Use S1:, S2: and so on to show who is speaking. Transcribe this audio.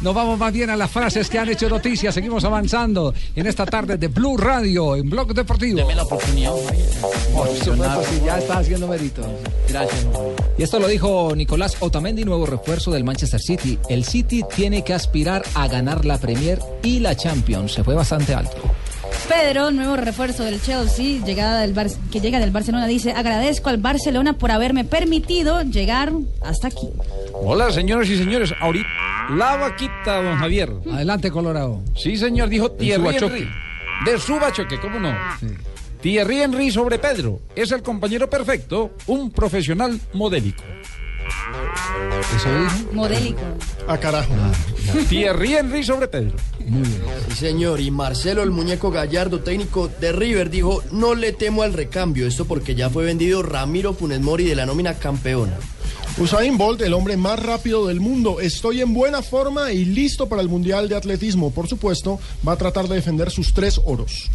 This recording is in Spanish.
S1: Nos vamos más bien a las frases que han hecho noticias. Seguimos avanzando en esta tarde de Blue Radio, en Blog Deportivo.
S2: Deme la oportunidad.
S1: Por supuesto, sí, ya está haciendo méritos.
S2: Gracias.
S3: Y esto lo dijo Nicolás Otamendi, nuevo refuerzo del Manchester City. El City tiene que aspirar a ganar la Premier y la Champions. Se fue bastante alto.
S4: Pedro, nuevo refuerzo del Chelsea, llegada del Bar- que llega del Barcelona, dice, agradezco al Barcelona por haberme permitido llegar hasta aquí.
S5: Hola, señoras y señores. Ahorita la vaquita, don Javier.
S1: Adelante, Colorado.
S5: Sí, señor, dijo Thierry
S1: Subachoque.
S5: Henry. De su bachoque, ¿cómo no? Thierry Henry sobre Pedro. Es el compañero perfecto, un profesional modélico.
S1: Eso dijo.
S4: Modélico.
S6: A Ah, carajo.
S5: Thierry Henry sobre Pedro.
S6: Sí, señor. Y Marcelo, el muñeco gallardo técnico de River, dijo: No le temo al recambio. Esto porque ya fue vendido Ramiro Funes Mori de la nómina campeona.
S7: Usain Bolt, el hombre más rápido del mundo. Estoy en buena forma y listo para el Mundial de Atletismo. Por supuesto, va a tratar de defender sus tres oros.